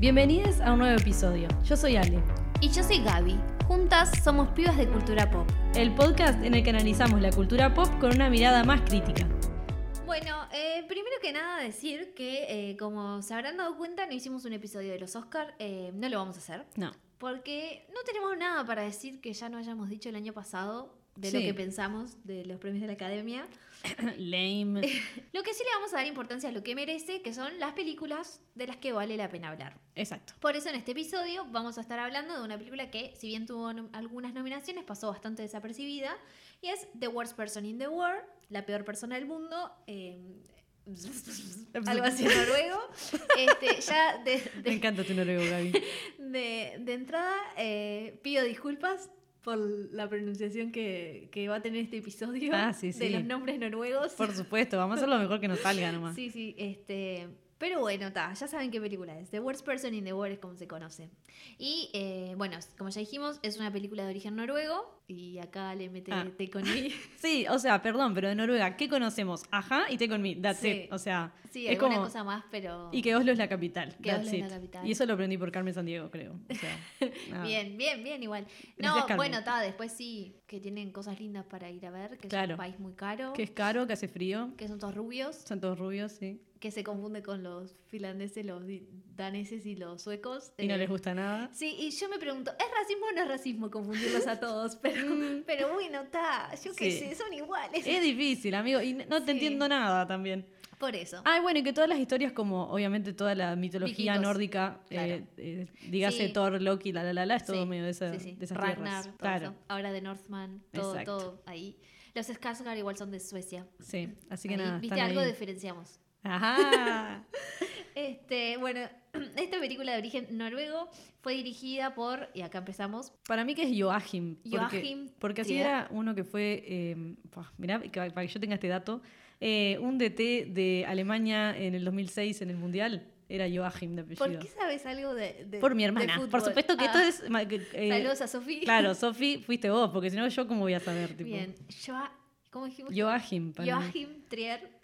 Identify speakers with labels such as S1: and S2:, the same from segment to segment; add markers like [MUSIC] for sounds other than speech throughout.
S1: Bienvenidos a un nuevo episodio. Yo soy Ale,
S2: Y yo soy Gaby. Juntas somos pibas de cultura pop.
S1: el podcast en el que analizamos la cultura pop con una mirada más crítica.
S2: Bueno, eh, primero que nada decir que, eh, como se habrán dado cuenta, no hicimos un episodio de los Oscar. eh, no lo vamos a hacer.
S1: No. [LAUGHS]
S2: Porque no tenemos nada para decir que ya no hayamos dicho el año pasado de lo
S1: Sí.
S2: que pensamos de los premios de la academia.
S1: Lame. [LAUGHS]
S2: Lo que sí le vamos a dar importancia a lo que merece, que son las películas de las que vale la pena hablar.
S1: Exacto.
S2: Por eso en este episodio vamos a estar hablando de una película que, si bien tuvo nom- algunas nominaciones, pasó bastante desapercibida, y es The Worst Person in the World, la peor persona del mundo, eh, [LAUGHS] algo así en noruego. Este, ya de,
S1: Me
S2: de-
S1: encanta tu noruego, [LAUGHS] Gaby.
S2: de- de entrada eh, pido disculpas por la pronunciación que, que va a tener este episodio
S1: Ah, sí,
S2: de
S1: sí.
S2: los nombres noruegos.
S1: Por supuesto, vamos a hacer lo mejor que nos salga nomás.
S2: Sí, sí, este. Pero bueno, ta, ya saben qué película es. The Worst Person in the World es como se conoce. Y eh, bueno, como ya dijimos, es una película de origen noruego. Y acá le mete
S1: Ah.
S2: té con
S1: [LAUGHS]
S2: I.
S1: Sí, o sea, perdón, pero de Noruega, ¿qué conocemos? Ajá y Take on Me, that's
S2: Sí.
S1: it. O sea,
S2: Sí,
S1: es
S2: alguna
S1: como...
S2: cosa más, pero.
S1: Y que Oslo es la capital,
S2: Que
S1: that's
S2: Oslo es
S1: it.
S2: la capital.
S1: Y eso lo aprendí por Carmen Sandiego, creo. O [LAUGHS] sea, nada.
S2: Bien, bien, bien, igual.
S1: ah. Gracias,
S2: no,
S1: Carmen.
S2: bueno, ta, después sí, que tienen cosas lindas para ir a ver, que es
S1: Claro.
S2: un país muy caro,
S1: Que es caro, que hace frío,
S2: que son todos rubios,
S1: son todos rubios, sí.
S2: que se confunde con los finlandeses, los di- daneses y los suecos.
S1: Y no
S2: eh,
S1: les gusta nada.
S2: Sí, y yo me pregunto, ¿es racismo o no es racismo confundirlos a todos? [LAUGHS] Pero, pero bueno, está, yo qué
S1: Mm. Sí. Eh,
S2: sé, son iguales.
S1: Es difícil, amigo, y no te
S2: Sí.
S1: entiendo nada también.
S2: Por eso.
S1: Ah, bueno, y que todas las historias, como obviamente toda la mitología
S2: Vikingos.
S1: nórdica,
S2: Claro.
S1: eh, eh, dígase
S2: Sí.
S1: Thor, Loki, la la la la, es todo
S2: Sí,
S1: medio de, esa-
S2: sí, sí.
S1: de esas
S2: Ragnar,
S1: tierras.
S2: todo
S1: Claro,
S2: eso. Ahora de Northman, todo,
S1: Exacto.
S2: todo ahí. Los Skarsgård igual son de Suecia.
S1: sí, así que
S2: Ahí,
S1: nada.
S2: Viste,
S1: están
S2: algo
S1: ahí.
S2: diferenciamos. [LAUGHS]
S1: Ajá.
S2: Este, bueno, [CLEARS THROAT] esta película de origen noruego fue dirigida por, y acá empezamos,
S1: Para mí que es Joachim. Porque,
S2: Joachim
S1: porque así
S2: Trier.
S1: era uno que fue, eh, pua, mirá, que- para que yo tenga este dato, eh, un DT de Alemania en el 2006 en el Mundial, era Joachim de apellido.
S2: ¿por qué sabes algo de, de-
S1: Por mi
S2: de
S1: hermana. Por
S2: fútbol?
S1: supuesto que
S2: Ah,
S1: esto es... ma- que- eh,
S2: Saludos a Sofía. [LAUGHS]
S1: Claro, Sofi, fuiste vos, porque si no, yo cómo voy a saber. Tipo.
S2: Bien. Joa- ¿Cómo dijimos?
S1: Joachim, para mí.
S2: Joachim Trier.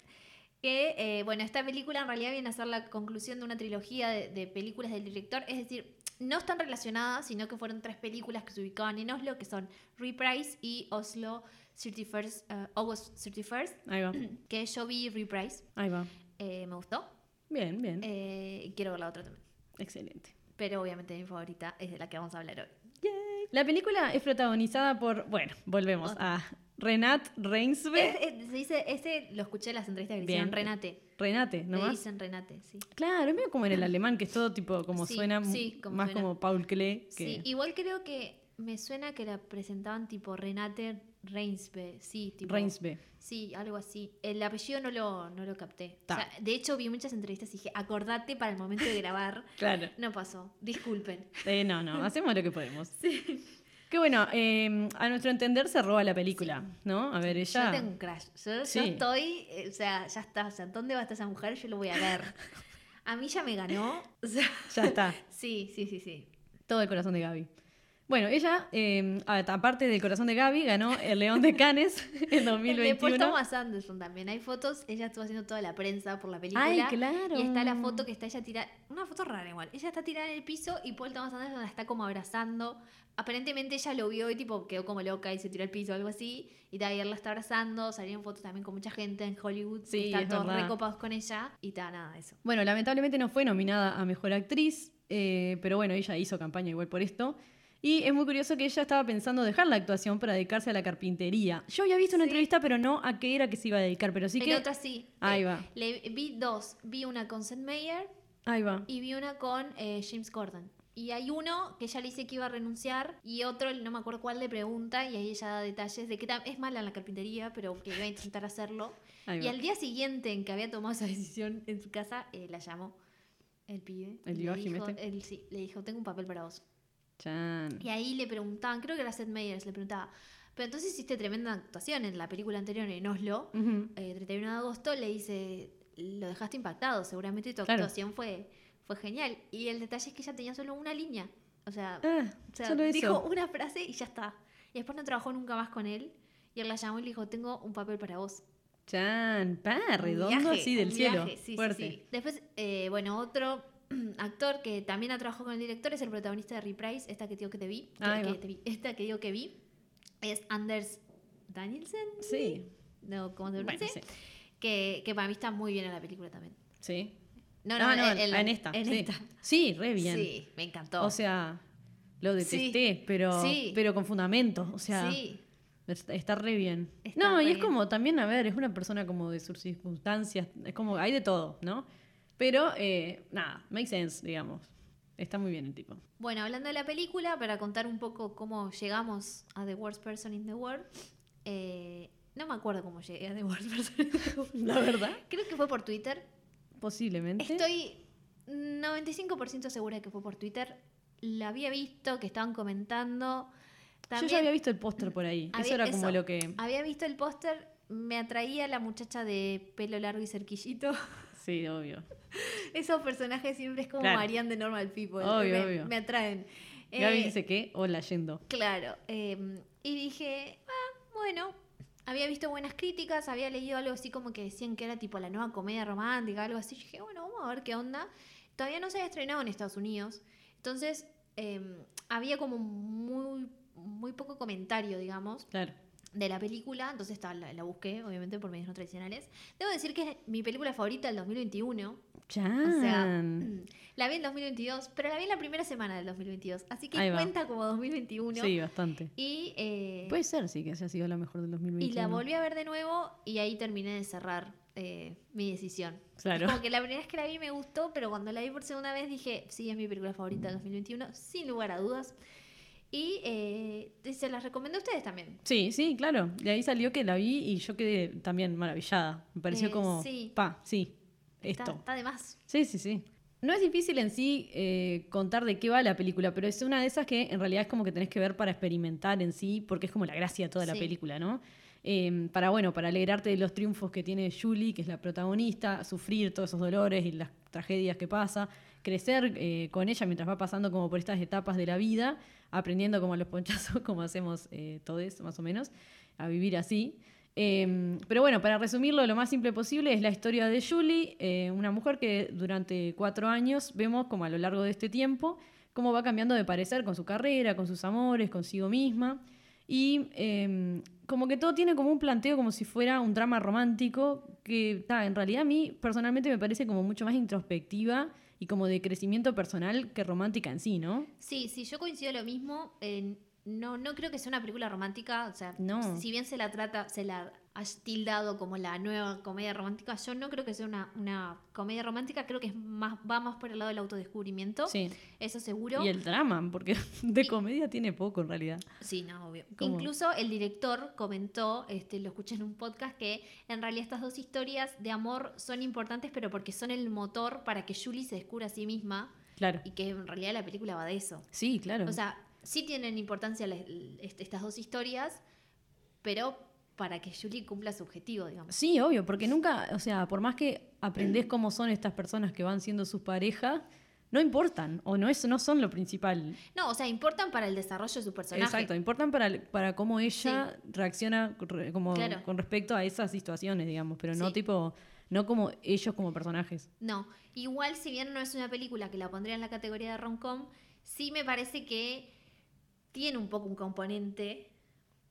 S2: Que, eh, bueno, esta película en realidad viene a ser la conclusión de una trilogía de, de películas del director. Es decir, no están relacionadas, sino que fueron tres películas que se ubicaban en Oslo, que son Reprise y Oslo 31st, eh, August 31st,
S1: Ahí va,
S2: que yo vi Reprise,
S1: ahí va.
S2: eh, me gustó.
S1: Bien, bien.
S2: eh, y quiero ver la otra también.
S1: Excelente.
S2: Pero obviamente mi favorita es de la que vamos a hablar hoy.
S1: La película es protagonizada por, bueno, volvemos a Renat
S2: Es-
S1: Reinsve.
S2: es- se dice, ese lo escuché en las entrevistas que le hicieron
S1: Bien.
S2: Renate.
S1: Renate,
S2: Le
S1: nomás.
S2: dicen Renate, sí.
S1: Claro, es medio como en el alemán, que es todo tipo, como
S2: Sí,
S1: suena,
S2: sí, como
S1: más
S2: suena.
S1: como Paul Klee. Que...
S2: Sí, igual creo que me suena que la presentaban tipo Renate Reinsbe, sí, tipo.
S1: Reinsve.
S2: Sí, algo así. El apellido no lo, no lo capté. O
S1: Ta.
S2: sea, de hecho, vi muchas entrevistas y dije, acordate para el momento de grabar. [LAUGHS]
S1: Claro.
S2: No pasó, disculpen.
S1: Eh, no,
S2: [LAUGHS]
S1: no, hacemos lo que podemos. Que bueno, eh, a nuestro entender se roba la película, ¿no? A ver, ella...
S2: Yo tengo un crash. Yo, yo
S1: Sí.
S2: estoy, eh, o sea, ya está. O sea, ¿dónde va a estar esa mujer? Yo lo voy a ver. A mí ya me ganó. O sea, [LAUGHS]
S1: Ya está.
S2: sí, sí, sí, sí.
S1: Todo el corazón de Gaby. Bueno, ella, eh, a- aparte del corazón de Gaby, ganó el León de Cannes [LAUGHS] en
S2: El de Paul
S1: 2021.
S2: Thomas Anderson también. Hay fotos, ella estuvo haciendo toda la prensa por la película.
S1: Ay, claro.
S2: Y está la foto que está ella tirada, una foto rara igual. Ella está tirada en el piso y Paul Thomas Anderson la está como abrazando. Aparentemente ella lo vio y tipo quedó como loca y se tiró al piso o algo así. Y Dyer la está abrazando. Salieron fotos también con mucha gente en Hollywood.
S1: Sí,
S2: que están
S1: es
S2: todos
S1: verdad.
S2: recopados con ella. Y está nada, eso.
S1: Bueno, lamentablemente no fue nominada a Mejor Actriz, eh, pero bueno, ella hizo campaña igual por esto. Y es muy curioso que ella estaba pensando dejar la actuación para dedicarse a la carpintería. Yo había visto una
S2: Sí.
S1: entrevista, pero no a qué era que se iba a dedicar, pero sí
S2: en
S1: que...
S2: otra sí.
S1: Ahí
S2: Eh,
S1: va.
S2: le- vi dos. Vi una con Seth Meyer
S1: Ahí va.
S2: y vi una con eh, James Corden. Y hay uno que ella le dice que iba a renunciar y otro, no me acuerdo cuál, le pregunta y ahí ella da detalles de que tam- es mala en la carpintería, pero que iba a intentar hacerlo.
S1: Ahí
S2: Y
S1: va.
S2: al día siguiente en que había tomado esa [LAUGHS] decisión en su casa, eh, la llamó el pibe.
S1: El
S2: y le
S1: Joachim
S2: dijo,
S1: este.
S2: él sí, le dijo, tengo un papel para vos.
S1: Chan.
S2: Y ahí le preguntaban, creo que era Seth Meyers, le preguntaba, pero entonces hiciste tremenda actuación en la película anterior en Oslo
S1: Ujú.
S2: eh, 31 de agosto le dice, lo dejaste impactado, seguramente tu
S1: Claro.
S2: actuación fue, fue genial. Y el detalle es que ella tenía solo una línea. O sea,
S1: Ah,
S2: o sea,
S1: solo eso.
S2: dijo "Uh, una frase y ya está. Y después no trabajó nunca más con él. Y él la llamó y le dijo, tengo un papel para vos.
S1: Chan, pa,
S2: Un
S1: redondo
S2: viaje,
S1: así del
S2: un
S1: cielo.
S2: viaje, sí, sí,
S1: Fuerte.
S2: sí. Después, eh, bueno, otro [CLEARS THROAT] actor que también ha trabajado con el director, es el protagonista de Reprise, esta que digo que te vi, que-
S1: Ahí
S2: que
S1: va.
S2: te vi- esta que digo que vi, es Anders Danielsen,
S1: Sí.
S2: no, ¿cómo se
S1: Bueno,
S2: pronuncia?
S1: sí.
S2: que, que para mí está muy bien en la película también.
S1: Sí.
S2: No, no,
S1: Ah,
S2: en, en la-
S1: en esta.
S2: en
S1: sí.
S2: esta.
S1: Sí, re bien.
S2: Sí, me encantó.
S1: O sea, lo
S2: Sí.
S1: detesté, pero,
S2: Sí.
S1: pero con fundamentos. O sea,
S2: sí,
S1: está, está re bien.
S2: Está
S1: no,
S2: re
S1: y es
S2: bien.
S1: como también, a ver, es una persona como de sus circunstancias. Es como, hay de todo, ¿no? Pero, eh, nada, make sense, digamos. Está muy bien el tipo. [LAUGHS]
S2: Bueno, hablando de la película, para contar un poco cómo llegamos a The Worst Person in the World, eh, no me acuerdo cómo llegué a The Worst Person in the World.
S1: La verdad.
S2: Creo que fue por Twitter.
S1: Posiblemente.
S2: Estoy 95% segura que fue por Twitter. La había visto, que estaban comentando.
S1: Yo ya
S2: También
S1: había visto el póster por ahí.
S2: había-
S1: eso era como
S2: eso.
S1: lo que.
S2: había visto el póster, me atraía la muchacha de pelo largo y cerquillito. [LAUGHS]
S1: Sí, obvio.
S2: Esos personajes siempre es como
S1: Claro.
S2: Marian de Normal People.
S1: Obvio,
S2: me,
S1: obyo.
S2: me atraen.
S1: Gaby
S2: Eh,
S1: dice que, hola, yendo.
S2: Claro. eh, y dije, ah, bueno, había visto buenas críticas, había leído algo así como que decían que era tipo la nueva comedia romántica, algo así. Yo dije, bueno, vamos a ver qué onda. Todavía no se había estrenado en Estados Unidos. Entonces, eh, había como muy, muy poco comentario, digamos
S1: Claro.
S2: de la película, entonces ta, la, la busqué, obviamente, por medios no tradicionales. Debo decir que es mi película favorita del 2021.
S1: Chan.
S2: O sea, [CLEARS THROAT] la vi en 2022, pero la vi en la primera semana del 2022. Así que
S1: Ahí va.
S2: cuenta como 2021.
S1: sí, bastante.
S2: Y, eh,
S1: Puede ser, sí, que haya sido la mejor del 2021.
S2: y la volví a ver de nuevo y ahí terminé de cerrar eh, mi decisión.
S1: Claro.
S2: Como que la primera vez que la vi me gustó, pero cuando la vi por segunda vez dije, sí, es mi película favorita del 2021, sin lugar a dudas. Y eh, se las recomiendo a ustedes también.
S1: Sí, sí, claro. De ahí salió que la vi y yo quedé también maravillada. Me pareció
S2: Eh,
S1: como,
S2: sí.
S1: pa, sí,
S2: Está-
S1: esto.
S2: está de más.
S1: Sí, sí, sí. No es difícil en sí eh, contar de qué va la película, pero es una de esas que en realidad es como que tenés que ver para experimentar en sí, porque es como la gracia de toda la
S2: Sí.
S1: película, ¿no? Eh, para, bueno, para alegrarte de los triunfos que tiene Julie, que es la protagonista, sufrir todos esos dolores y las tragedias que pasa, crecer eh, con ella mientras va pasando como por estas etapas de la vida, aprendiendo como a los ponchazos, [LAUGHS] como hacemos eh, todos, más o menos, a vivir así. Eh, pero bueno, para resumirlo lo más simple posible, es la historia de Julie, eh, una mujer que durante cuatro años vemos como a lo largo de este tiempo, cómo va cambiando de parecer con su carrera, con sus amores, consigo misma. Y eh, como que todo tiene como un planteo como si fuera un drama romántico, que ta, en realidad a mí personalmente me parece como mucho más introspectiva y como de crecimiento personal que romántica en sí, ¿no?
S2: Sí, sí, yo coincido lo mismo. eh, no, no creo que sea una película romántica. O sea,
S1: No.
S2: si bien se la trata, se la has tildado como la nueva comedia romántica, yo no creo que sea una, una comedia romántica. Creo que es más, va más por el lado del autodescubrimiento.
S1: Sí.
S2: Eso seguro.
S1: Y el drama, porque [LAUGHS] de
S2: Y-
S1: comedia tiene poco en realidad.
S2: Sí, no, obvio.
S1: ¿Cómo?
S2: Incluso el director comentó, este, lo escuché en un podcast, que en realidad estas dos historias de amor son importantes, pero porque son el motor para que Julie se descubra a sí misma
S1: Claro.
S2: y que en realidad la película va de eso.
S1: Sí, claro.
S2: O sea, sí tienen importancia las- est- estas dos historias, pero para que Julie cumpla su objetivo, digamos.
S1: Sí, obvio, porque nunca, o sea, por más que aprendés cómo son estas personas que van siendo sus parejas, no importan, o no, es, no son lo principal.
S2: No, o sea, importan para el desarrollo de su personaje.
S1: Exacto, importan para, para cómo ella reacciona re- como
S2: Claro.
S1: con respecto a esas situaciones, digamos, pero no
S2: Sí.
S1: tipo, no como ellos como personajes.
S2: No, igual si bien no es una película que la pondría en la categoría de rom-com, sí me parece que tiene un poco un componente,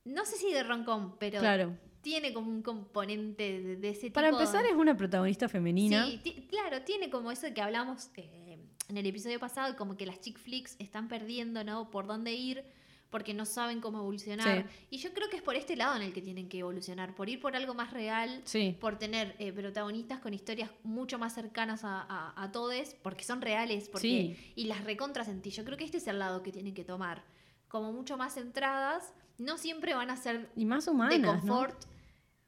S2: no sé si de rom-com, pero
S1: Claro.
S2: tiene como un componente de, de ese
S1: Para
S2: tipo.
S1: empezar, es una protagonista femenina.
S2: Sí, ti- claro, tiene como eso de que hablamos eh, en el episodio pasado, como que las chick flicks están perdiendo, ¿no? Por dónde ir, porque no saben cómo evolucionar. Y yo creo que es por este lado en el que tienen que evolucionar, por ir por algo más real,
S1: Sí.
S2: por tener eh, protagonistas con historias mucho más cercanas a, a, a todes, porque son reales, porque, y las recontras en ti. Yo creo que este es el lado que tienen que tomar, como mucho más centradas, no siempre van a ser
S1: Y más humanas.
S2: de
S1: ¿no?
S2: confort.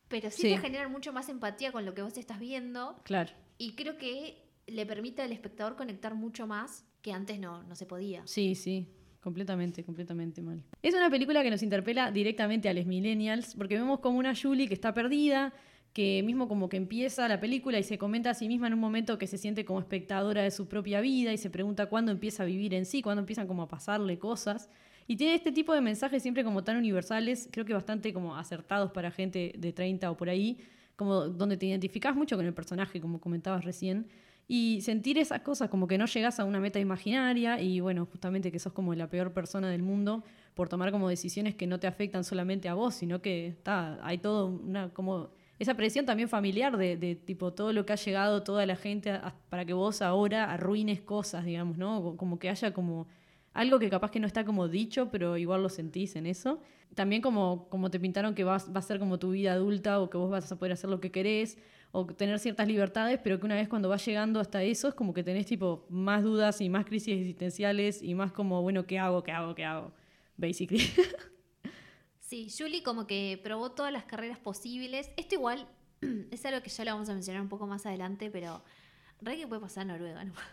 S2: Pero sí,
S1: Sí.
S2: te generan mucho más empatía con lo que vos estás viendo.
S1: Claro.
S2: Y creo que le permite al espectador conectar mucho más que antes no, no se podía.
S1: Sí, sí, completamente, completamente mal. Es una película que nos interpela directamente a los millennials, porque vemos como una Julie que está perdida, que mismo como que empieza la película y se comenta a sí misma en un momento que se siente como espectadora de su propia vida y se pregunta cuándo empieza a vivir en sí, cuándo empiezan como a pasarle cosas. Y tiene este tipo de mensajes siempre como tan universales, creo que bastante como acertados para gente de 30 o por ahí, como donde te identificás mucho con el personaje, como comentabas recién. Y sentir esas cosas, como que no llegas a una meta imaginaria y bueno, justamente que sos como la peor persona del mundo por tomar como decisiones que no te afectan solamente a vos, sino que está, hay todo una como esa presión también familiar de, de, tipo todo lo que ha llegado toda la gente a- para que vos ahora arruines cosas, digamos, ¿no? Como que haya como algo que capaz que no está como dicho, pero igual lo sentís en eso. También como, como te pintaron que vas, va a ser como tu vida adulta o que vos vas a poder hacer lo que querés o tener ciertas libertades, pero que una vez cuando vas llegando hasta eso es como que tenés tipo más dudas y más crisis existenciales y más como, bueno, ¿qué hago? ¿Qué hago? ¿Qué hago? Basically. [LAUGHS]
S2: Sí, Julie como que probó todas las carreras posibles. Esto igual [CLEARS THROAT] es algo que ya lo vamos a mencionar un poco más adelante, pero re que puede pasar en Noruega nomás.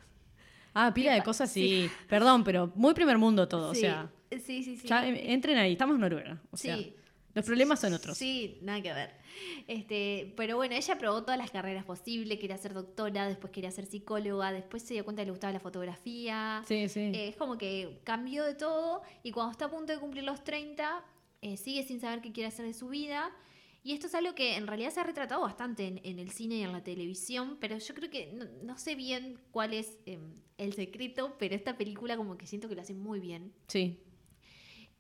S1: Ah, pila de cosas, sí. Perdón, pero muy primer mundo todo, o
S2: sí,
S1: sea.
S2: sí, sí, sí.
S1: Ya eh, entren ahí, estamos en Noruega. O sea,
S2: Sí.
S1: los problemas son otros.
S2: Sí, nada que ver. Este, pero bueno, ella probó todas las carreras posibles, quería ser doctora, después quería ser psicóloga, después se dio cuenta que le gustaba la fotografía.
S1: Sí, sí.
S2: Eh, es como que cambió de todo y cuando está a punto de cumplir los 30, eh, sigue sin saber qué quiere hacer de su vida. Y esto es algo que en realidad se ha retratado bastante en, en el cine y en la televisión, pero yo creo que no, no sé bien cuál es eh, el secreto, pero esta película como que siento que lo hace muy bien.
S1: sí.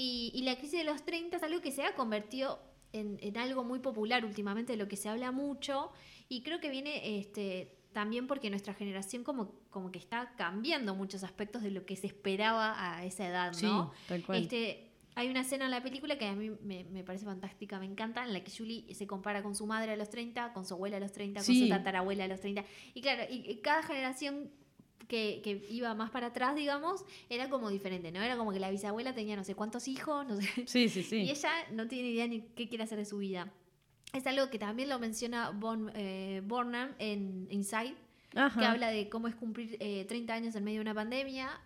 S2: Y, y la crisis de los 30 es algo que se ha convertido en, en algo muy popular últimamente, de lo que se habla mucho, y creo que viene este, también porque nuestra generación como, como que está cambiando muchos aspectos de lo que se esperaba a esa edad,
S1: Sí,
S2: ¿no?
S1: tal cual.
S2: Este, hay una escena en la película que a mí me, me parece fantástica, me encanta, en la que Julie se compara con su madre a los 30, con su abuela a los 30,
S1: Sí.
S2: con su tatarabuela a los 30. Y claro, y, y cada generación que, que iba más para atrás, digamos, era como diferente, ¿no? Era como que la bisabuela tenía no sé cuántos hijos, no sé.
S1: sí, sí, sí.
S2: Y ella no tiene idea ni qué quiere hacer de su vida. Es algo que también lo menciona Bon eh, Burnham en Inside,
S1: Ajá.
S2: que habla de cómo es cumplir eh, 30 años en medio de una pandemia.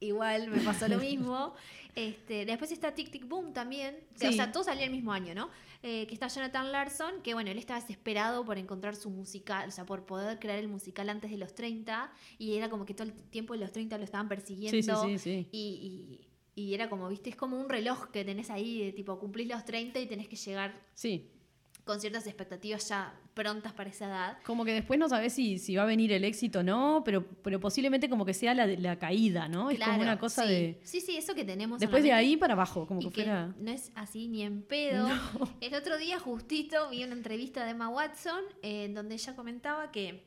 S2: Igual me pasó
S1: [LAUGHS]
S2: lo mismo. Este, después está Tic Tic Boom también. que, O
S1: Sí.
S2: sea, todos salieron el mismo año, ¿no? Eh, que está Jonathan Larson, que bueno, él estaba desesperado por encontrar su musical, o sea, por poder crear el musical antes de los 30. Y era como que todo el tiempo de los 30 lo estaban persiguiendo.
S1: sí, sí, sí, sí.
S2: Y, y- y era como, viste, es como un reloj que tenés ahí, de tipo, cumplís los 30 y tenés que llegar
S1: Sí.
S2: con ciertas expectativas ya prontas para esa edad.
S1: Como que después no sabes si, si va a venir el éxito o no, pero, pero posiblemente como que sea la, la caída, ¿no? es como
S2: Claro,
S1: una cosa
S2: sí.
S1: de.
S2: Sí, sí, eso que tenemos. en
S1: Después de
S2: la mente.
S1: ahí para abajo, como
S2: y
S1: que
S2: que
S1: fuera.
S2: no es así ni en pedo.
S1: [LAUGHS] No.
S2: El otro día justito vi una entrevista de Emma Watson eh, en donde ella comentaba que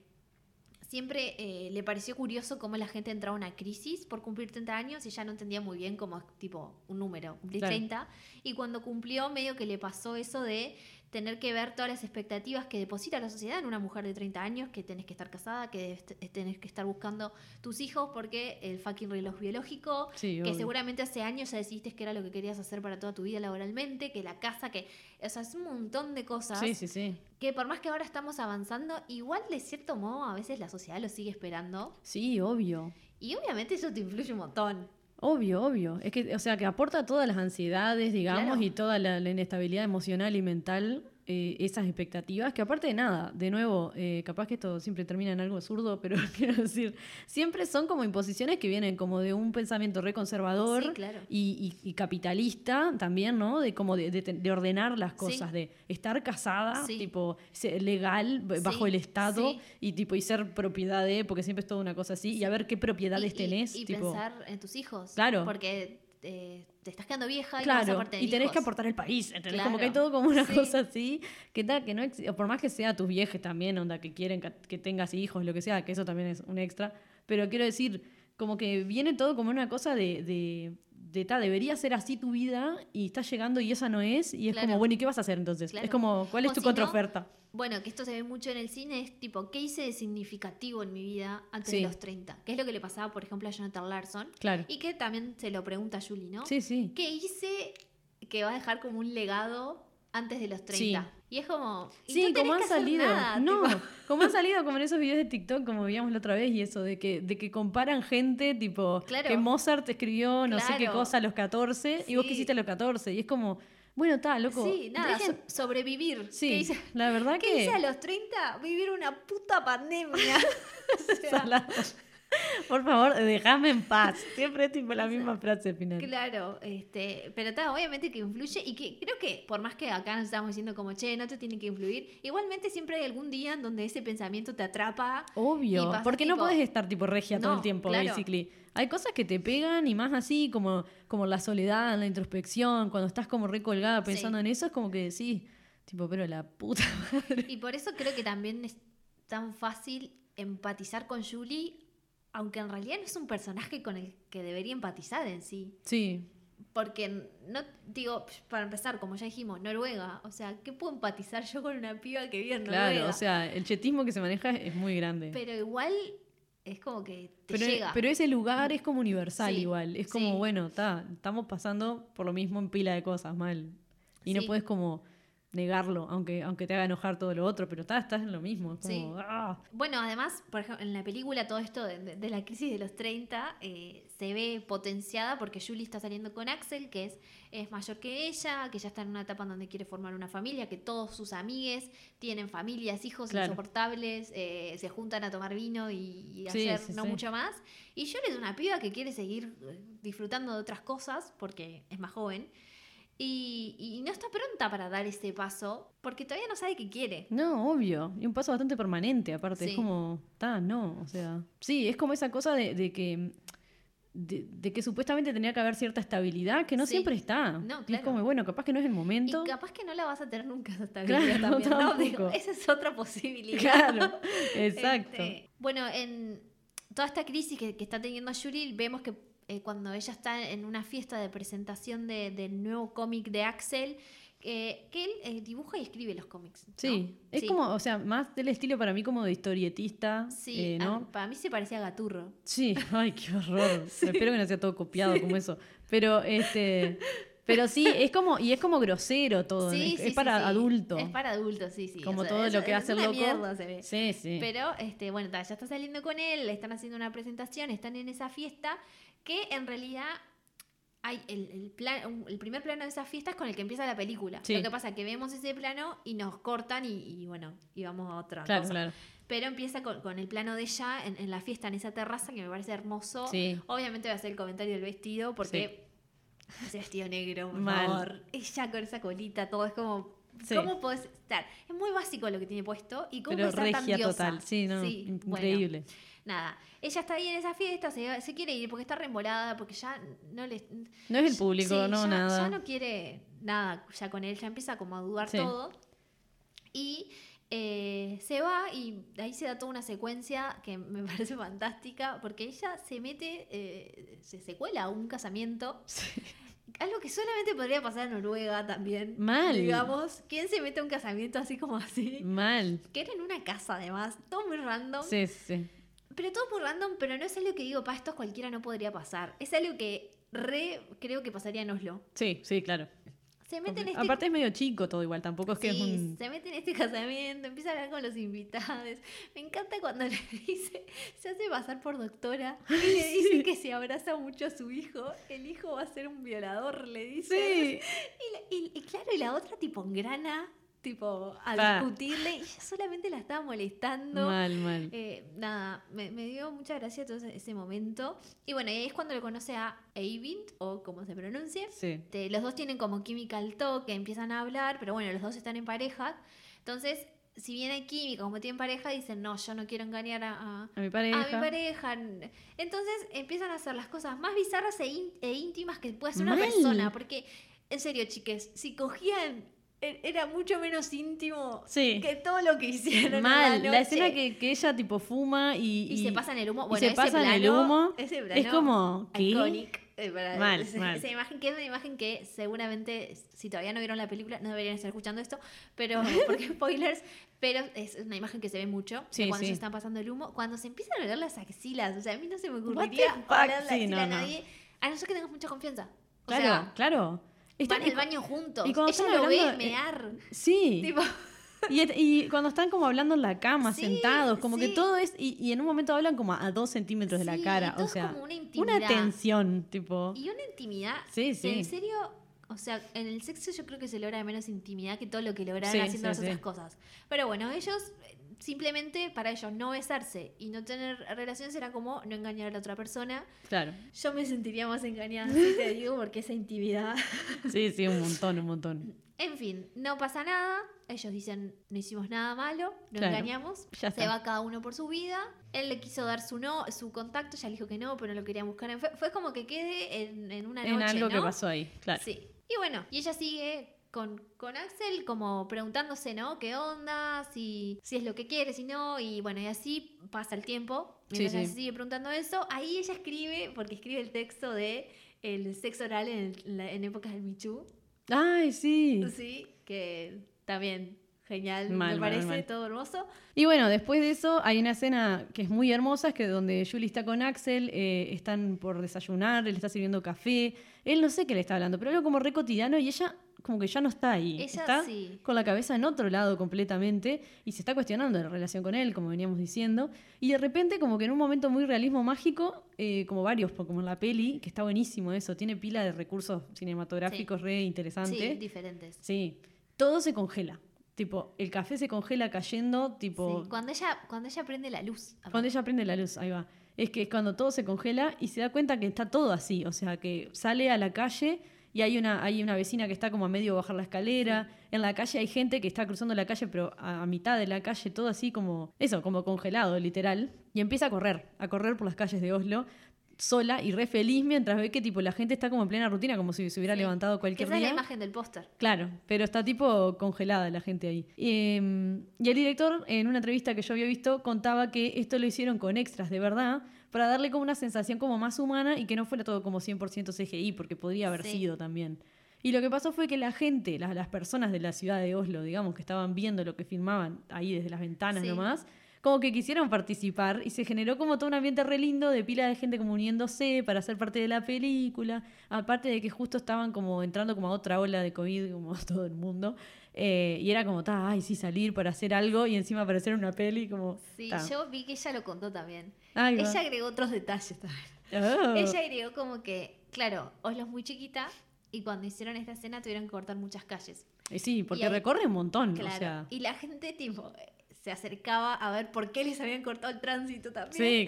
S2: siempre eh, le pareció curioso cómo la gente entraba a una crisis por cumplir 30 años y ella no entendía muy bien cómo es tipo un número, cumplí
S1: Claro.
S2: 30 y cuando cumplió medio que le pasó eso de tener que ver todas las expectativas que deposita la sociedad en una mujer de 30 años, que tenés que estar casada, que debes t- tenés que estar buscando tus hijos porque el fucking reloj biológico,
S1: Sí,
S2: que
S1: obvio.
S2: seguramente hace años ya decidiste que era lo que querías hacer para toda tu vida laboralmente, que la casa, que... O sea, es un montón de cosas
S1: Sí, sí, sí.
S2: que por más que ahora estamos avanzando, igual de cierto modo a veces la sociedad lo sigue esperando.
S1: Sí, obvio.
S2: Y obviamente eso te influye un montón.
S1: Obvio, obvio. Es que, o sea, que aporta todas las ansiedades, digamos,
S2: Claro.
S1: y toda la, la inestabilidad emocional y mental, eh, esas expectativas, que aparte de nada, de nuevo, eh, capaz que esto siempre termina en algo absurdo, [LAUGHS] pero quiero decir, siempre son como imposiciones que vienen como de un pensamiento reconservador
S2: Sí, claro.
S1: y, y- y capitalista también, ¿no? De como de, de- de ordenar las cosas, de estar casada,
S2: Sí.
S1: tipo, se- legal, b-
S2: Sí,
S1: bajo el Estado,
S2: sí.
S1: y tipo, y ser propiedad de, porque siempre es toda una cosa así, y a ver qué
S2: Y,
S1: propiedades
S2: y-
S1: tenés.
S2: y
S1: tipo,
S2: pensar en tus hijos.
S1: Claro.
S2: Porque eh, te estás quedando vieja y no vas a
S1: Claro,
S2: poder tener
S1: y tenés que
S2: hijos.
S1: aportar al país, ¿entendés?
S2: Claro.
S1: Como que hay todo como una
S2: Sí.
S1: cosa así, que tal, que no ex- o por más que sea tus viejes también, onda, que quieren que, que tengas hijos, lo que sea, que eso también es un extra, pero quiero decir, como que viene todo como una cosa de, de, de, ta, debería ser así tu vida, y estás llegando y esa no es, y es
S2: Claro.
S1: como, bueno, ¿y qué vas a hacer entonces?
S2: Claro.
S1: Es como, ¿cuál es
S2: O
S1: tu
S2: si no,
S1: contraoferta?
S2: Bueno, que esto se ve mucho en el cine, es tipo, ¿qué hice de significativo en mi vida antes
S1: Sí.
S2: de los 30? Que es lo que le pasaba, por ejemplo, a Jonathan Larson.
S1: Claro.
S2: Y que también se lo pregunta a Julie, ¿no?
S1: Sí, sí.
S2: ¿Qué hice que va a dejar como un legado antes de los 30?
S1: Sí.
S2: Y es como. y
S1: Sí,
S2: no tenés
S1: como han
S2: que hacer
S1: salido.
S2: nada,
S1: no,
S2: tipo,
S1: [LAUGHS] como han salido como en esos videos de TikTok, como veíamos la otra vez, y eso, de que, de que comparan gente, tipo,
S2: Claro.
S1: que Mozart escribió no sé qué
S2: Claro.
S1: cosa a los 14 y vos
S2: Sí.
S1: que hiciste a los 14. Y es como, bueno, está, loco.
S2: sí, nada,
S1: dejen-
S2: so- sobrevivir.
S1: sí,
S2: ¿Qué hice?
S1: la verdad
S2: [LAUGHS] ¿Qué
S1: que.
S2: hice a los 30? Vivir una puta pandemia. O sea,
S1: [LAUGHS] Salado. Por favor, déjame en paz. Siempre es tipo la misma frase final.
S2: Claro, este, pero está, obviamente que influye y que creo que por más que acá nos estamos diciendo como, che, no te tiene que influir, igualmente siempre hay algún día en donde ese pensamiento te atrapa. y
S1: Obvio,
S2: pasa,
S1: porque no
S2: tipo,
S1: puedes estar tipo regia todo el
S2: No,
S1: tiempo,
S2: claro.
S1: basically. Hay cosas que te pegan y más así, como, como la soledad, la introspección, cuando estás como recolgada pensando
S2: Sí.
S1: en eso, es como que sí, tipo, pero la puta [LAUGHS] madre.
S2: Y por eso creo que también es tan fácil empatizar con Julie, aunque en realidad no es un personaje con el que debería empatizar en sí.
S1: Sí,
S2: Porque no, digo, para empezar, como ya dijimos, Noruega. O sea, ¿qué puedo empatizar yo con una piba que vive en
S1: claro,
S2: Noruega?
S1: o sea, el chetismo que se maneja es muy grande.
S2: pero igual es como que te
S1: Pero,
S2: llega.
S1: pero ese lugar es como universal
S2: Sí,
S1: igual. Es como,
S2: sí.
S1: bueno, ta, estamos pasando por lo mismo en pila de cosas mal. Y no
S2: Sí.
S1: puedes como negarlo, aunque, aunque te haga enojar todo lo otro, pero ta, estás en lo mismo. es como,
S2: Sí.
S1: ah.
S2: Bueno, además, por ejemplo, en la película todo esto de, de- de la crisis de los 30 eh, se ve potenciada porque Julie está saliendo con Axel, que es, es mayor que ella, que ya está en una etapa en donde quiere formar una familia, que todos sus amigues tienen familias, hijos
S1: Claro.
S2: insoportables, eh, se juntan a tomar vino y, y
S1: Sí,
S2: hacer
S1: sí,
S2: no
S1: sí.
S2: mucho más. Y Julie es una piba que quiere seguir eh, disfrutando de otras cosas porque es más joven. Y, y no está pronta para dar ese paso porque todavía no sabe qué quiere.
S1: No, obvio. Y un paso bastante permanente, aparte. Es
S2: Sí.
S1: como, ta, no. O sea, sí, es como esa cosa de, de que. De, de que supuestamente tenía que haber cierta estabilidad que no
S2: Sí.
S1: siempre está.
S2: No,
S1: Y es
S2: claro.
S1: como, bueno, capaz que no es el momento. [LAUGHS]
S2: Y capaz que no la vas a tener nunca esa
S1: Claro,
S2: estabilidad también,
S1: [LAUGHS]
S2: ¿no?
S1: tampoco.
S2: Digo, esa es otra posibilidad.
S1: Claro, exacto.
S2: [LAUGHS] Este, bueno, en toda esta crisis que, que está teniendo Yuri, vemos que eh, cuando ella está en una fiesta de presentación de- del nuevo cómic de Axel, eh, que él eh, dibuja y escribe los cómics. ¿no?
S1: Sí, es
S2: Sí.
S1: como, o sea, más del estilo para mí como de historietista,
S2: Sí, ah.
S1: eh,
S2: a-
S1: ¿no?
S2: para mí se parecía a Gaturro.
S1: Sí, [LAUGHS] ay, qué
S2: [LAUGHS]
S1: horror. Espero que no sea todo copiado como eso. Pero este, pero sí, es como y es como grosero todo,
S2: Sí,
S1: es,
S2: sí,
S1: es
S2: sí,
S1: para
S2: sí.
S1: adultos.
S2: Es para adultos, sí, sí.
S1: como
S2: O sea,
S1: todo
S2: es-
S1: lo que
S2: es
S1: hace el
S2: una
S1: loco.
S2: mierda, se ve.
S1: Sí, sí.
S2: Pero este, bueno, ta, ya está saliendo con él, le están haciendo una presentación, están en esa fiesta, que en realidad hay el, el plan- un- el primer plano de esa fiesta es con el que empieza la película.
S1: Sí.
S2: Lo que pasa es que vemos ese plano y nos cortan y, y, bueno, y vamos a otra
S1: claro,
S2: cosa.
S1: claro.
S2: Pero empieza con, con el plano de ella en, en la fiesta, en esa terraza, que me parece hermoso.
S1: Sí.
S2: Obviamente va a ser el comentario del vestido, porque ese vestido negro, por
S1: Mal.
S2: favor. Ella con esa colita, todo es como...
S1: Sí.
S2: ¿Cómo podés estar? Es muy básico lo que tiene puesto y cómo
S1: Pero
S2: puede estar tan
S1: regia
S2: diosa.
S1: total, sí, no,
S2: Sí,
S1: in-
S2: bueno.
S1: increíble.
S2: Nada, ella está ahí en esa fiesta, se, se quiere ir porque está reembolada, porque ya no le...
S1: No es el público,
S2: Sí,
S1: no
S2: ya,
S1: nada. [LAUGHS]
S2: Ya no quiere nada ya con él, ya empieza como a dudar
S1: Sí.
S2: todo. Y eh, se va y ahí se da toda una secuencia que [LAUGHS] me parece fantástica, porque ella se mete, eh, se secuela a un casamiento.
S1: Sí.
S2: Algo que solamente podría pasar en Noruega también.
S1: Mal.
S2: Digamos, ¿quién se mete a un casamiento así como así?
S1: Mal.
S2: Que era en una casa además, todo muy random.
S1: Sí, sí.
S2: Pero todo muy random, pero no es algo que digo, pa, esto cualquiera no podría pasar. Es algo que re creo que pasaría en Oslo.
S1: Sí, sí, claro.
S2: Se mete en este
S1: Aparte es medio chico todo igual, tampoco es que
S2: Sí,
S1: es un
S2: se mete en este [LAUGHS] casamiento, empieza a hablar con los invitados. Me encanta cuando [LAUGHS] le dice, se hace pasar por doctora y
S1: [LAUGHS]
S2: le dice que si abraza mucho a su hijo, el hijo va a ser un violador, le dice.
S1: Sí.
S2: Y, la- y- y claro, y la otra tipo engrana, tipo a
S1: Pa.
S2: discutirle, y ella solamente la estaba molestando.
S1: Mal, mal.
S2: Eh, nada, me, me dio mucha gracia todo ese, ese momento. Y bueno, y ahí es cuando lo conoce a Eivind, o como se pronuncie.
S1: Sí.
S2: Este, los dos tienen como química al toque, empiezan a hablar, pero bueno, los dos están en pareja. Entonces, si bien hay química, como tienen pareja, dicen, no, yo no quiero engañar a, a-
S1: A mi
S2: a
S1: pareja.
S2: mi pareja. Entonces empiezan a hacer las cosas más bizarras e, ín- e íntimas que puede hacer una
S1: Mal.
S2: persona. Porque, en serio, chiques, si cogían, e- era mucho menos íntimo
S1: Sí.
S2: que todo lo que hicieron. en
S1: Mal, la,
S2: noche.
S1: escena que, que ella tipo fuma y,
S2: Y, se pasan el humo.
S1: y
S2: Bueno,
S1: se
S2: ese
S1: pasan el
S2: plano-
S1: humo.
S2: ese
S1: es
S2: plano-
S1: como ¿qué?
S2: Iconic. eh, para-
S1: Mal,
S2: esa,
S1: mal.
S2: esa imagen que es una imagen que seguramente, si todavía no vieron la película, no deberían estar escuchando esto,
S1: [LAUGHS]
S2: pero porque spoilers, pero es una imagen que se ve mucho de
S1: Sí,
S2: cuando
S1: sí.
S2: se están pasando el humo, cuando se empiezan a oler las axilas, o sea, a mí no se me
S1: the
S2: ocurriría
S1: fuck?
S2: oler la axila
S1: Sí, no,
S2: a
S1: no.
S2: nadie, a no ser que tengas mucha confianza. O
S1: Claro,
S2: sea,
S1: claro. Están-
S2: van al baño juntos,
S1: y cuando
S2: ella
S1: están
S2: lo ve
S1: hablando, eh,
S2: mear,
S1: Sí.
S2: tipo,
S1: Y, et- y cuando están como hablando en la cama,
S2: Sí,
S1: sentados, como que
S2: sí.
S1: todo es. Y, y en un momento hablan como a dos centímetros de la
S2: Sí,
S1: cara.
S2: y todo
S1: o
S2: es
S1: sea,
S2: como
S1: una,
S2: una intimidad.
S1: tensión, tipo.
S2: y una intimidad,
S1: Sí,
S2: que
S1: sí.
S2: en serio... O sea, en el sexo yo creo que se logra menos intimidad que todo lo que logran
S1: Sí,
S2: haciendo
S1: sí,
S2: las
S1: sí.
S2: otras cosas. Pero bueno, ellos eh, simplemente para ellos no besarse y no tener relaciones era como no engañar a la otra persona.
S1: Claro.
S2: Yo me sentiría más engañada, si te digo, porque esa intimidad.
S1: Sí, sí, un montón, un montón.
S2: En fin, no pasa nada. Ellos dicen, no hicimos nada malo, no
S1: Claro.
S2: engañamos.
S1: Ya
S2: se
S1: está.
S2: va cada uno por su vida. Él le quiso dar su no, su contacto, ya le dijo que no, pero lo quería buscar. en fe- Fue como que quede en, en una
S1: En
S2: noche,
S1: algo que
S2: ¿no?
S1: pasó ahí, claro.
S2: Sí. Y bueno, y ella sigue con, con Axel como preguntándose, ¿no? ¿Qué onda? Si, si es lo que quiere, si no. Y bueno, y así pasa el tiempo.
S1: Sí,
S2: Mientras ella
S1: sí.
S2: se sigue preguntando eso. Ahí ella escribe, porque escribe el texto de el sexo oral en, la- en épocas del Michu.
S1: Ay, sí.
S2: Sí, que también genial,
S1: Mal,
S2: me
S1: mal,
S2: parece
S1: mal.
S2: todo hermoso.
S1: Y bueno, después de eso hay una escena que es muy hermosa, es que donde Julie está con Axel, eh, están por desayunar, él está sirviendo café, él no sé qué le está hablando, pero algo como re cotidiano y ella como que ya no está ahí.
S2: Ella
S1: está
S2: sí.
S1: con la cabeza en otro lado completamente y se está cuestionando la relación con él, como veníamos diciendo. Y de repente, como que en un momento muy realismo mágico, eh, como varios, como en la peli, que está buenísimo eso, tiene pila de recursos cinematográficos re interesantes.
S2: Sí, diferentes.
S1: Sí, todo se congela. Tipo, el café se congela cayendo, tipo...
S2: Sí, Cuando ella, cuando ella prende la luz.
S1: Cuando ella prende la luz, ahí va. Es que es cuando todo se congela y se da cuenta que está todo así. O sea, que sale a la calle y hay una, hay una vecina que está como a medio bajar la escalera. En la calle hay gente que está cruzando la calle, pero a, a mitad de la calle, todo así como, eso, como congelado, literal. Y empieza a correr, a correr por las calles de Oslo sola y re feliz mientras ve que tipo la gente está como en plena rutina, como si se hubiera
S2: Sí.
S1: levantado
S2: que
S1: cualquier
S2: esa es
S1: día.
S2: la imagen del póster.
S1: Claro, pero está tipo congelada la gente ahí. Eh, y el director, en una entrevista que yo había visto, contaba que esto lo hicieron con extras de verdad para darle como una sensación como más humana y que no fuera todo como 100% CGI, porque podría haber
S2: Sí.
S1: sido también. Y lo que pasó fue que la gente, las, las personas de la ciudad de Oslo, digamos, que estaban viendo lo que filmaban ahí desde las ventanas
S2: Sí.
S1: nomás, como que quisieron participar y se generó como todo un ambiente re lindo de pila de gente como uniéndose para ser parte de la película, aparte de que justo estaban como entrando como a otra ola de COVID como [LAUGHS] todo el mundo eh, y era como, ta, ay, sí, salir para hacer algo y encima aparecer en una peli como...
S2: Sí,
S1: ta.
S2: yo vi que ella lo contó también.
S1: Ahí va.
S2: Ella agregó otros detalles también.
S1: Oh.
S2: Ella agregó como que, claro, Oslo es muy chiquita y cuando hicieron esta escena tuvieron que cortar muchas calles.
S1: Eh, Sí, porque
S2: y ahí-
S1: recorre un montón,
S2: Claro.
S1: Mm, o sea...
S2: Y la gente tipo se acercaba a ver por qué les habían cortado el tránsito también.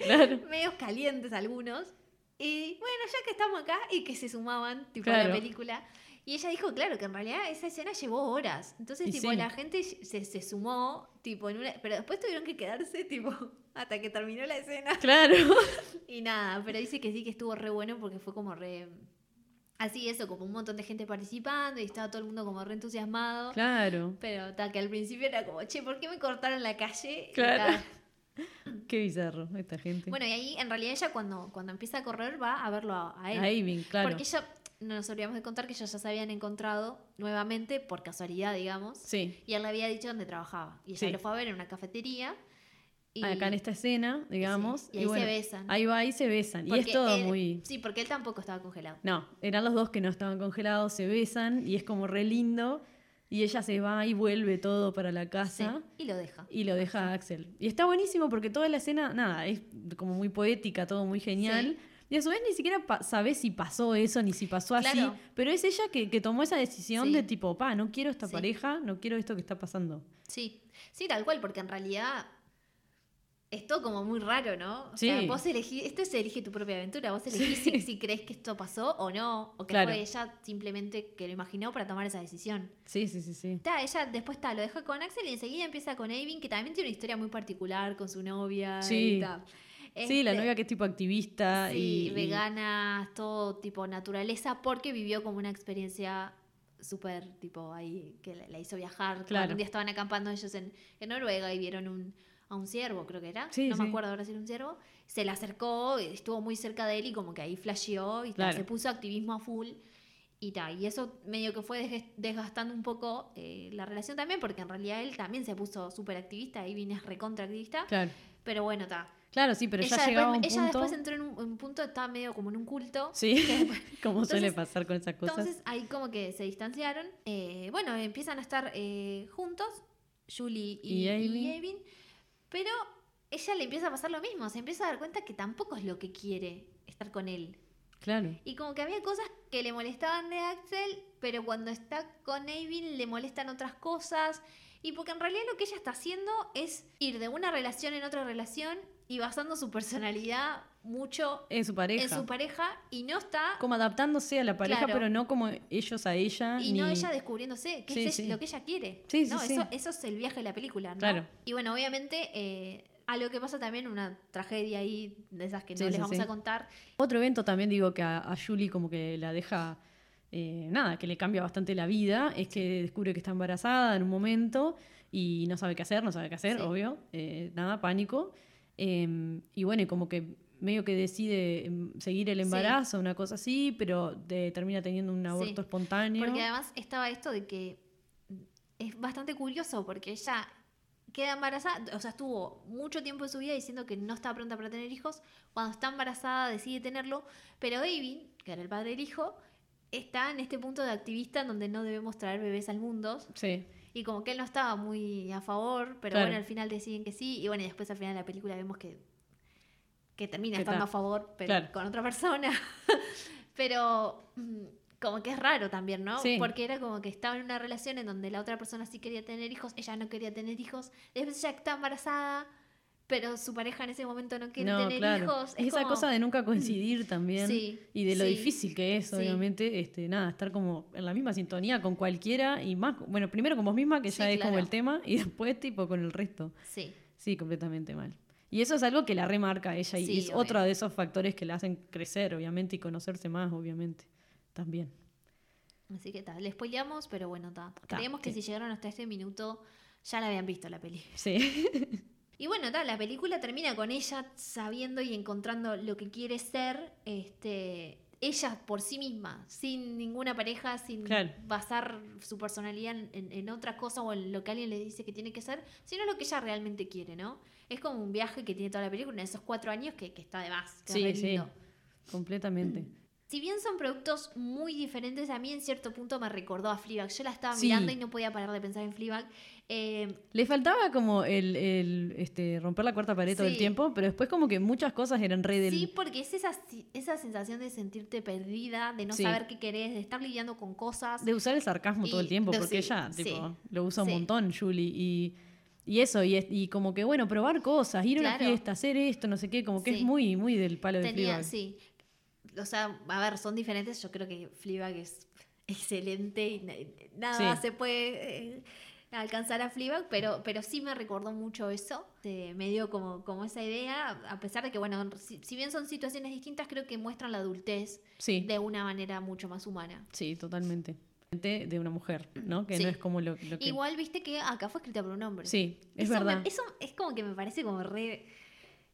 S1: [LAUGHS] Sí, claro.
S2: Medios calientes algunos. Y bueno, ya que estamos acá y que se sumaban tipo a
S1: Claro.
S2: la película. Y ella dijo, claro, que en realidad esa escena llevó horas. Entonces,
S1: Y
S2: tipo,
S1: sí.
S2: la gente se, se sumó, tipo, en una... Pero después tuvieron que quedarse, tipo, [LAUGHS] hasta que terminó la escena.
S1: Claro. [LAUGHS]
S2: Y nada, pero dice que sí que estuvo re bueno porque fue como re. Así eso, como un montón de gente participando y estaba todo el mundo como re entusiasmado.
S1: Claro.
S2: Pero ta, que al principio era como, che, ¿por qué me cortaron la calle? Y
S1: Claro.
S2: ta.
S1: Qué bizarro esta gente.
S2: [LAUGHS] Bueno, y ahí en realidad ella cuando, cuando empieza a correr va a verlo a, a él.
S1: A Amy, claro.
S2: Porque ella, no nos olvidamos de contar que ellos ya se habían encontrado nuevamente por casualidad, digamos.
S1: Sí.
S2: Y él le había dicho dónde trabajaba. Y ella
S1: Sí.
S2: lo fue a ver en una cafetería. Y,
S1: Acá en esta escena, digamos.
S2: y ahí se besan.
S1: Ahí va, ahí se besan. y
S2: porque
S1: es todo
S2: él-
S1: muy...
S2: Sí, porque él tampoco estaba congelado.
S1: No, eran los dos que no estaban congelados, se besan y es como re lindo. Y ella se va y vuelve todo para la
S2: Sí,
S1: casa
S2: y lo deja.
S1: y lo deja a Axel. Y está buenísimo porque toda la escena, nada, es como muy poética, todo muy genial. Y a su vez ni siquiera pa- sabés si pasó eso ni si pasó así.
S2: Claro.
S1: Pero es ella que, que tomó esa decisión
S2: Sí.
S1: de tipo, pa, no quiero esta
S2: Sí.
S1: pareja, no quiero esto que está pasando.
S2: Sí, sí, tal cual, porque en realidad es todo como muy raro, ¿no? O
S1: Sí.
S2: sea, vos elegís, esto es elige tu propia aventura, vos elegís si, si crees que esto pasó o no, o que
S1: Claro.
S2: fue ella simplemente que lo imaginó para tomar esa decisión.
S1: Sí, sí, sí, sí.
S2: Ta, ella después ta, lo deja con Axel y enseguida empieza con Avin, que también tiene una historia muy particular con su novia.
S1: Sí.
S2: y ta.
S1: Sí, la
S2: Este,
S1: novia que es tipo activista
S2: sí,
S1: y, y-
S2: veganas, todo tipo naturaleza, porque vivió como una experiencia súper tipo ahí, que la, la hizo viajar. Cuando
S1: Claro.
S2: Un día estaban acampando ellos en, en Noruega y vieron un, a un ciervo, creo que era.
S1: Sí,
S2: no
S1: sí.
S2: me acuerdo ahora si era un ciervo. Se le acercó, estuvo muy cerca de él y como que ahí flasheó y ta,
S1: Claro.
S2: se puso activismo a full. Y, ta, y eso medio que fue desges- desgastando un poco eh, la relación también, porque en realidad él también se puso súper activista, y es recontra activista.
S1: Claro.
S2: Pero bueno, está.
S1: Claro, sí, pero ya
S2: después-
S1: llegaba un
S2: ella
S1: punto.
S2: después entró en un, en un punto, estaba medio como en un culto. [LAUGHS]
S1: Sí, [LAUGHS] como suele
S2: Entonces-
S1: pasar con esas cosas.
S2: Entonces ahí como que se distanciaron. Eh, bueno, empiezan a estar eh, juntos, Julie
S1: Y
S2: y, y
S1: Amy.
S2: Avin. Pero ella le empieza a pasar lo mismo, se empieza a dar cuenta que tampoco es lo que quiere estar con él.
S1: claro.
S2: Y como que había cosas que le molestaban de Axel, pero cuando está con Avin le molestan otras cosas. Y porque en realidad lo que ella está haciendo es ir de una relación en otra relación y basando su personalidad mucho
S1: Es su pareja.
S2: en su pareja y no está...
S1: Como adaptándose a la pareja,
S2: Claro.
S1: pero no como ellos a ella.
S2: Y
S1: ni...
S2: no ella descubriéndose, que
S1: Sí,
S2: es
S1: sí.
S2: lo que ella quiere.
S1: Sí, sí,
S2: no,
S1: sí.
S2: Eso, eso es el viaje de la película, ¿no?
S1: Claro.
S2: Y bueno, obviamente, eh, algo que pasa también, una tragedia ahí, de esas que no
S1: Sí,
S2: les
S1: sí,
S2: vamos
S1: sí.
S2: a contar.
S1: Otro evento también, digo, que a, a Julie como que la deja, eh, nada, que le cambia bastante la vida, es que descubre que está embarazada en un momento y no sabe qué hacer, no sabe qué hacer,
S2: Sí.
S1: obvio, eh, nada, pánico. Eh, y bueno, y como que medio que decide em, seguir el
S2: Sí.
S1: embarazo, una cosa así, pero de- termina teniendo un aborto
S2: Sí.
S1: espontáneo.
S2: Porque además estaba esto de que es bastante curioso, porque ella queda embarazada, o sea, estuvo mucho tiempo de su vida diciendo que no estaba pronta para tener hijos. Cuando está embarazada decide tenerlo, pero David, que era el padre del hijo, está en este punto de activista en donde no debemos traer bebés al mundo.
S1: Sí,
S2: Y como que él no estaba muy a favor, pero
S1: Claro.
S2: bueno, al final deciden que sí. Y bueno, y después al final de la película vemos que, que termina
S1: Que
S2: estando
S1: ta-
S2: a favor, pero
S1: claro.
S2: con otra persona. [LAUGHS] pero mm, como que es raro también, ¿no?
S1: Sí.
S2: Porque era como que estaba en una relación en donde la otra persona sí quería tener hijos, ella no quería tener hijos. Después ella está embarazada, pero su pareja en ese momento no quiere
S1: no,
S2: tener
S1: claro.
S2: hijos.
S1: Es esa
S2: como-
S1: cosa de nunca coincidir también.
S2: Sí,
S1: Y de lo
S2: sí,
S1: difícil que es,
S2: sí.
S1: obviamente, este, nada, estar como en la misma sintonía con cualquiera y más, bueno, primero con vos misma, que ya
S2: Sí,
S1: es como
S2: claro.
S1: el tema, y [LAUGHS] después tipo con el resto.
S2: Sí.
S1: Sí, completamente mal. Y eso es algo que la remarca a ella y
S2: Sí,
S1: es
S2: obvio.
S1: otro de esos factores que la hacen crecer, obviamente, y conocerse más, obviamente, también.
S2: Así que tal, le spoileamos, pero bueno, ta.
S1: Ta,
S2: Creemos que
S1: sí.
S2: si llegaron hasta este minuto ya la habían visto la peli.
S1: Sí,
S2: Y bueno, ta, la película termina con ella sabiendo y encontrando lo que quiere ser, este, ella por sí misma, sin ninguna pareja, sin
S1: Claro.
S2: basar su personalidad en, en- en otra cosa o en lo que alguien le dice que tiene que ser, sino lo que ella realmente quiere, ¿no? Es como un viaje que tiene toda la película en esos cuatro años que, que está de más. que es
S1: sí,
S2: re
S1: sí,
S2: lindo.
S1: completamente.
S2: Si bien son productos muy diferentes, a mí en cierto punto me recordó a Fleabag. Yo la estaba
S1: Sí.
S2: mirando y no podía parar de pensar en Fleabag. Eh,
S1: Le faltaba como el, el, este, romper la cuarta pared todo el
S2: Sí.
S1: tiempo, pero después como que muchas cosas eran re del...
S2: Sí, porque es esa, si- esa sensación de sentirte perdida, de no
S1: Sí.
S2: saber qué querés, de estar lidiando con cosas.
S1: De usar el sarcasmo todo el
S2: Y-
S1: tiempo,
S2: de-
S1: porque
S2: sí,
S1: ella
S2: sí,
S1: tipo, lo usa un
S2: sí.
S1: montón, Julie. Y, y eso, y, es- y como que, bueno, probar cosas, ir a una
S2: Claro.
S1: fiesta, hacer esto, no sé qué, como que es
S2: Sí.
S1: muy, muy del palo de
S2: Tenía,
S1: Fleabag.
S2: sí. O sea, a ver, son diferentes. Yo creo que Fleabag es excelente y na- nada
S1: Sí.
S2: más se puede eh, alcanzar a Fleabag, pero, pero sí me recordó mucho eso. Eh, me dio como, como esa idea, a pesar de que, bueno, si, si bien son situaciones distintas, creo que muestran la adultez
S1: Sí,
S2: de una manera mucho más humana.
S1: sí, totalmente. De de una mujer, ¿no? Que
S2: Sí.
S1: no es como lo, lo que...
S2: Igual viste que acá fue escrita por un hombre.
S1: Sí, es
S2: Eso me-
S1: verdad.
S2: eso es como que me parece como re.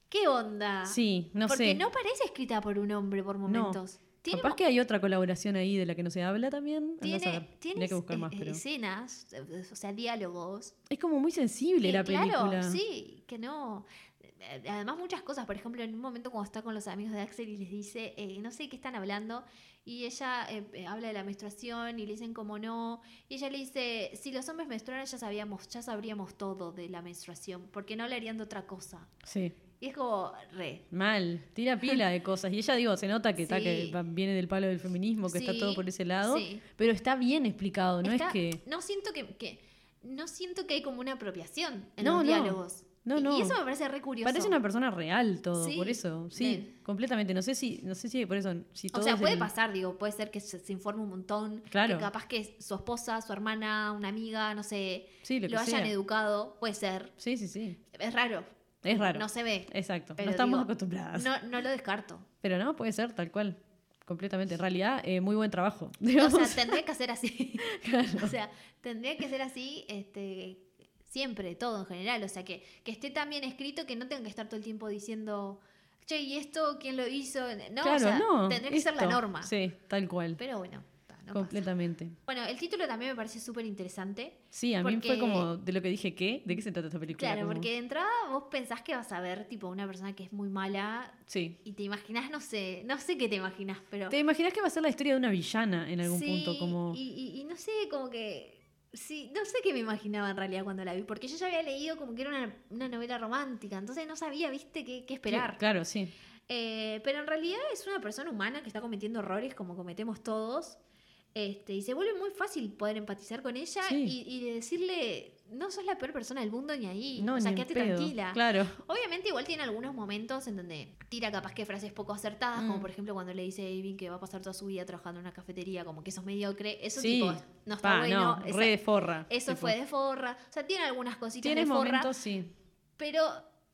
S2: ¿Qué onda?
S1: Sí, no
S2: Porque
S1: sé.
S2: no parece escrita por un hombre por momentos. Tiene,
S1: Capaz que hay otra colaboración ahí de la que no se habla también. Andá a
S2: tiene,
S1: saber.
S2: tiene
S1: Tendría que buscar
S2: es-
S1: más,
S2: es-
S1: pero...
S2: escenas, eh, o sea, diálogos.
S1: Es como muy sensible
S2: que,
S1: la película.
S2: Claro, sí, que no. Eh, Además, muchas cosas. Por ejemplo, en un momento cuando está con los amigos de Axel y les dice, eh, no sé de qué están hablando, y ella eh, eh, habla de la menstruación y le dicen como no. Y ella le dice, si los hombres menstruaran ya sabíamos, ya sabríamos todo de la menstruación, porque no hablarían de otra cosa.
S1: Sí.
S2: Y es como, re.
S1: Mal, tira pila de cosas. Y ella, digo, se nota que, está, que
S2: Sí.
S1: va- viene del palo del feminismo, que está
S2: Sí,
S1: todo por ese lado.
S2: sí.
S1: Pero está bien explicado, no
S2: Está-
S1: es que.
S2: No siento que, que- no siento que hay como una apropiación en
S1: No,
S2: los
S1: no.
S2: diálogos.
S1: No,
S2: Y-
S1: no.
S2: Y eso me parece re curioso.
S1: Parece una persona real todo,
S2: Sí,
S1: por eso. Sí, completamente. No sé si, no sé si por eso. Si
S2: O
S1: todo
S2: sea,
S1: es
S2: puede
S1: el-
S2: pasar, digo, puede ser que se, se informe un montón.
S1: Claro.
S2: Que capaz que su esposa, su hermana, una amiga, no sé,
S1: Sí, lo,
S2: lo,
S1: que
S2: hayan
S1: sea.
S2: educado. Puede ser.
S1: Sí, sí, sí.
S2: Es raro.
S1: Es raro.
S2: No se ve.
S1: Exacto.
S2: Pero
S1: no estamos
S2: digo,
S1: acostumbradas.
S2: No, no lo descarto.
S1: Pero no, puede ser tal cual. Completamente. En realidad, eh, muy buen trabajo.
S2: O sea,
S1: digamos.
S2: tendría que ser así.
S1: [LAUGHS]
S2: [LAUGHS]
S1: Claro.
S2: O sea, tendría que ser así este, siempre, todo en general. O sea, que, que esté tan bien escrito que no tenga que estar todo el tiempo diciendo, che, ¿y esto quién lo hizo? No,
S1: claro,
S2: o sea,
S1: no.
S2: tendría que ser la
S1: esto.
S2: norma.
S1: Sí, tal cual.
S2: Pero bueno, ta, no pasa.
S1: completamente.
S2: Bueno, el título también me parece súper interesante.
S1: Sí, a mí fue
S2: Porque-
S1: como de lo que dije, ¿qué? ¿De qué se trata esta película?
S2: Claro,
S1: Como-
S2: porque de entrada vos pensás que vas a ver tipo una persona que es muy mala
S1: Sí.
S2: y te imaginás, no sé, no sé qué te imaginás, pero...
S1: ¿Te imaginas que va a ser la historia de una villana en algún
S2: Sí,
S1: punto? Como...
S2: Y, y- y no sé, como que. Sí, no sé qué me imaginaba en realidad cuando la vi, porque yo ya había leído como que era una, una novela romántica, entonces no sabía, viste, qué, qué esperar.
S1: Sí, Claro, sí.
S2: Eh, pero en realidad es una persona humana que está cometiendo errores como cometemos todos. Este, y se vuelve muy fácil poder empatizar con ella
S1: Sí.
S2: y, y de decirle, no sos la peor persona del mundo ni ahí.
S1: No,
S2: o sea,
S1: ni en
S2: quédate
S1: pedo.
S2: tranquila.
S1: Claro.
S2: Obviamente igual tiene algunos momentos en donde tira capaz que frases poco acertadas, como
S1: Mm.
S2: por ejemplo cuando le dice a Irving que va a pasar toda su vida trabajando en una cafetería, como que eso es mediocre. Eso
S1: sí.
S2: tipo, no está
S1: Pa,
S2: bueno.
S1: no,
S2: esa-
S1: re de forra.
S2: eso
S1: tipo.
S2: fue de forra. O sea, tiene algunas cositas
S1: Tiene
S2: de forra,
S1: momentos, sí.
S2: pero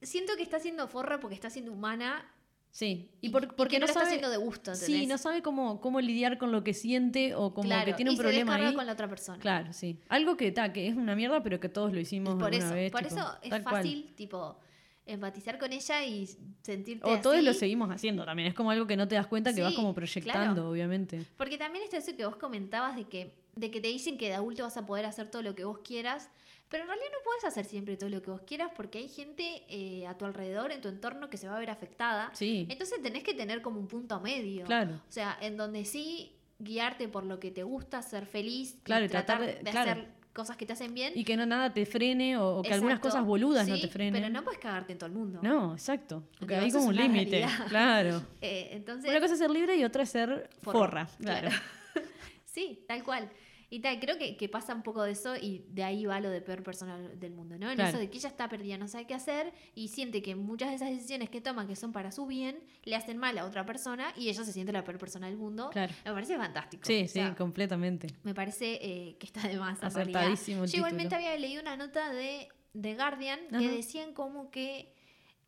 S2: siento que está siendo forra porque está siendo humana
S1: Sí. Y, por- porque
S2: que
S1: no
S2: no, lo está
S1: sabe.
S2: haciendo de gusto, ¿entendés?
S1: Sí, no sabe cómo, cómo lidiar con lo que siente o como
S2: Claro,
S1: que tiene un
S2: y se
S1: problema
S2: descarga
S1: ahí.
S2: con la otra persona.
S1: Claro, sí. Algo que, ta, que es una mierda, pero que todos lo hicimos
S2: por
S1: alguna
S2: eso,
S1: vez,
S2: por
S1: tipo,
S2: eso es
S1: tal cual.
S2: fácil, tipo, empatizar con ella y sentirte
S1: O todos
S2: así.
S1: lo seguimos haciendo también. Es como algo que no te das cuenta que vas
S2: Sí,
S1: como proyectando,
S2: claro.
S1: obviamente.
S2: Porque también está eso que vos comentabas de que, de que te dicen que de adulto vas a poder hacer todo lo que vos quieras, pero en realidad no puedes hacer siempre todo lo que vos quieras porque hay gente eh, a tu alrededor, en tu entorno, que se va a ver afectada.
S1: Sí,
S2: Entonces tenés que tener como un punto medio.
S1: claro.
S2: O sea, en donde sí guiarte por lo que te gusta, ser feliz,
S1: Claro,
S2: y
S1: y tratar
S2: tratar de,
S1: de- claro.
S2: hacer cosas que te hacen bien.
S1: Y que no nada te frene o, o que algunas
S2: Exacto.
S1: cosas boludas no
S2: Sí,
S1: te frenen.
S2: Pero no puedes cagarte en todo el mundo.
S1: No, exacto. Porque
S2: Digo,
S1: hay
S2: eso es
S1: como un
S2: una
S1: límite.
S2: realidad.
S1: Claro.
S2: Eh, [LAUGHS] entonces,
S1: Una cosa es ser libre y otra es ser forra. claro.
S2: [LAUGHS] sí, tal cual. Y tal, creo que, que pasa un poco de eso y de ahí va lo de peor persona del mundo, ¿no? En
S1: Claro.
S2: eso de que ella está perdida, no sabe qué hacer y siente que muchas de esas decisiones que toma que son para su bien le hacen mal a otra persona y ella se siente la peor persona del mundo.
S1: Claro.
S2: Me parece fantástico.
S1: Sí,
S2: O
S1: sí,
S2: sea,
S1: completamente.
S2: Me parece eh, que está de más. en realidad.
S1: Acertadísimo el
S2: Yo igualmente
S1: título.
S2: había leído una nota de The Guardian que
S1: Ajá.
S2: decían como que